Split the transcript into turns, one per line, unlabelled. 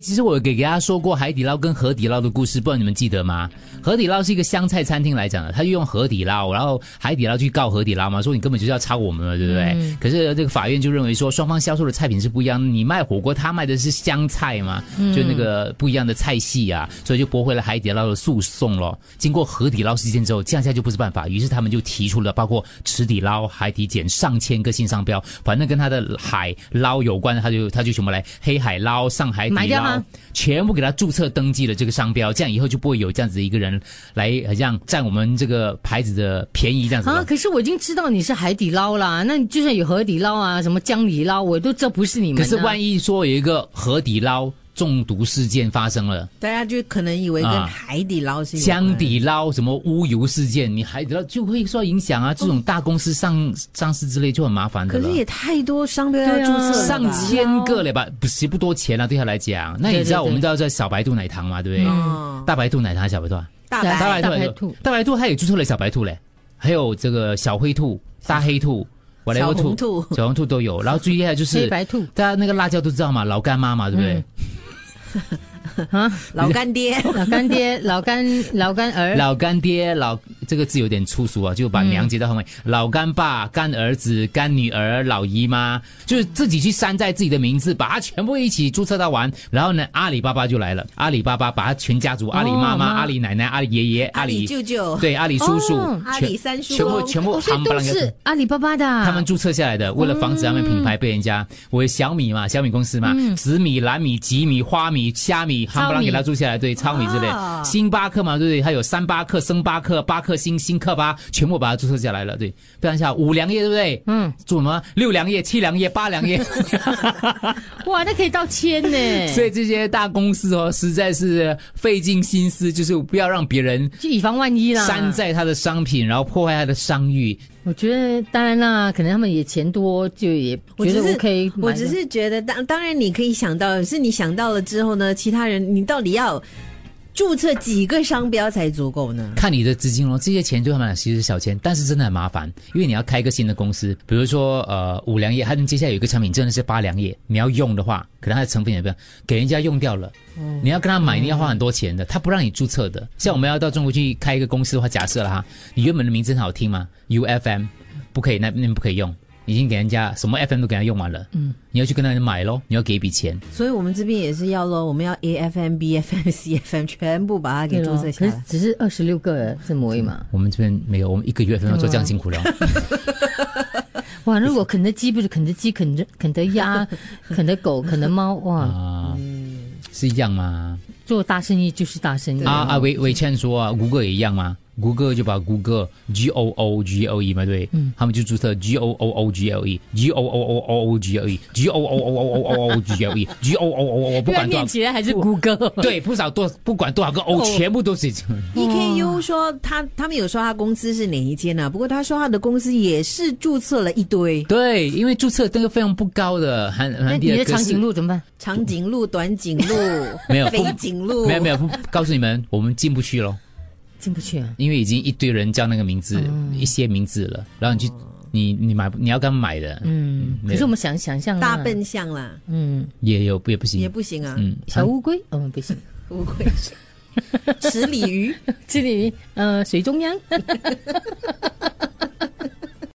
其实我给给大家说过海底捞跟河底捞的故事，不知道你们记得吗？河底捞是一个湘菜餐厅来讲的，他就用河底捞，然后海底捞去告河底捞嘛，说你根本就是要抄我们嘛，对不对？可是这个法院就认为说，双方销售的菜品是不一样，你卖火锅，他卖的是湘菜嘛，就那个不一样的菜系啊，所以就驳回了海底捞的诉讼咯。经过河底捞事件之后，降下就不是办法，于是他们就提出了包括池底捞、海底捡上千个新商标，反正跟他的海捞有关，他就他就全部来黑海捞、上海底
买掉
捞
吗。
全部给他注册登记了这个商标，这样以后就不会有这样子一个人来，好像占我们这个牌子的便宜这样子了。
啊！可是我已经知道你是海底捞啦，那你就算有河底捞啊，什么江底捞，我都这不是你
可
们、啊。
是万
一
一说有一个河底捞中毒事件发生了，
大家就可能以为跟
啊
海底捞是有关
江底捞什么乌油事件，你海底捞就会受到影响啊。这种大公司上上市之类就很麻烦的
可
了
是。也太多商标要注册了吧、
啊上千个了吧，不是不多钱了、对他来讲。那你知道
对对对
我们知道在小白兔奶糖嘛，对不对？
嗯，
大白兔奶糖，小白兔啊，
大
对
白
大白兔，
大白兔
大白兔，它也注册了小白兔嘞，还有这个小灰兔、大黑兔、
小
whatever
红
兔、
兔，
小红兔都有。然后最厉害
哎
就是
黑白兔
大家那个辣椒都知道嘛，老干妈嘛，对不对？
啊，
老干爹，
老干爹、老干老干儿，
老干爹、老这个字有点粗俗啊，就把娘接到后面。老干爸、干儿子、干女儿、老姨妈，就是自己去山寨自己的名字，把它全部一起注册到完。然后呢，阿里巴巴就来了，阿里巴巴把它全家族，阿里妈妈、
妈
阿里奶奶、阿里爷爷、
阿里舅舅，
对阿里叔叔、
哦
阿
全
里三叔
全部
公
全部
哦所
含
以
巴
都
拉
是阿里巴巴的啊。
他们注册下来的，为了防止他们品牌被人家，我有小米嘛，小米公司嘛，紫米、蓝米、吉米、花米、虾米，
糙米
夯不啷给它注下来，对，糙米之类
啊，
星巴克嘛，对不对？还有三巴克、星巴克、巴克星、星克巴，全部把它注册下来了，对，非常像五粮液，对不对？嗯，做什么六粮液、七粮液、八粮液，
哇，那可以到千 呢，
所以这些大公司哦，实在是费尽心思，就是不要让别人
就以防万一啦。
山寨他的商品，然后破坏他的商誉，
我觉得当然啦，可能他们也钱多，就也
我
觉
只
得
是
OK 买的。
我只是觉得当当然你可以想到，是你想到了之后呢，其他人你到底要注册几个商标才足够 呢？
看你的资金咯，这些钱对他们来讲其实是小钱，但是真的很麻烦，因为你要开一个新的公司，比如说呃五粮液，它接下来有一个产品真的是八粮液，你要用的话，可能它的成分也不一样，给人家用掉了，你要跟他买，你要花很多钱的，他不让你注册的。像我们要到中国去开一个公司的话，假设了哈，你原本的名字很好听嘛，UFM，不可以，那那边不可以用。已经给人家什么 FM 都给他用完了，嗯，你要去跟他买咯，你要给一笔钱，
所以我们这边也是要咯，我们要 A F M B F M C F M 全部把它
对
给
咯
注册下
可是
来。
只是二十六个字母而已 嘛。
我们这边没有，我们一个月份要做这样辛苦了。
哇，如果肯德基不是肯德基、肯德肯德 鸭、肯德狗、肯德猫，哇，
啊，是一样吗？
做大生意就是大生意
啊啊，韦韦倩说啊，谷歌也一样吗？谷歌就把谷歌 G O O G L E 嘛，对，嗯，他们就注册 G O O O G L E G O O O O O G L E G O O O O O O O G L E G O O O O，不
不要
管多
念
少，
哦起来还是谷歌。
对，不少多，不管多少个 O，全部都是这样
E K U 说他他们有说他公司是哪一间啊呢、不过他说他的公司也是注册了一堆
对，因为注册那个费用不高的，很
那
很低
你的
可
长
是、
颈鹿怎么办？
长颈鹿、短颈鹿
没有
肥颈鹿，
没有没有，不告诉你们，我们进不去咯，
进不去啊！
因为已经一堆人叫那个名字，
哦
一些名字了，然后你去，你你买不，你要跟他买的，
嗯，
没有
可是我们想想象啊
大，笨象啦，
嗯，
也有也不行，
也不行啊，
嗯，
小乌龟，嗯，不行，
不 会。池鲤鱼，
这里呃，水中央，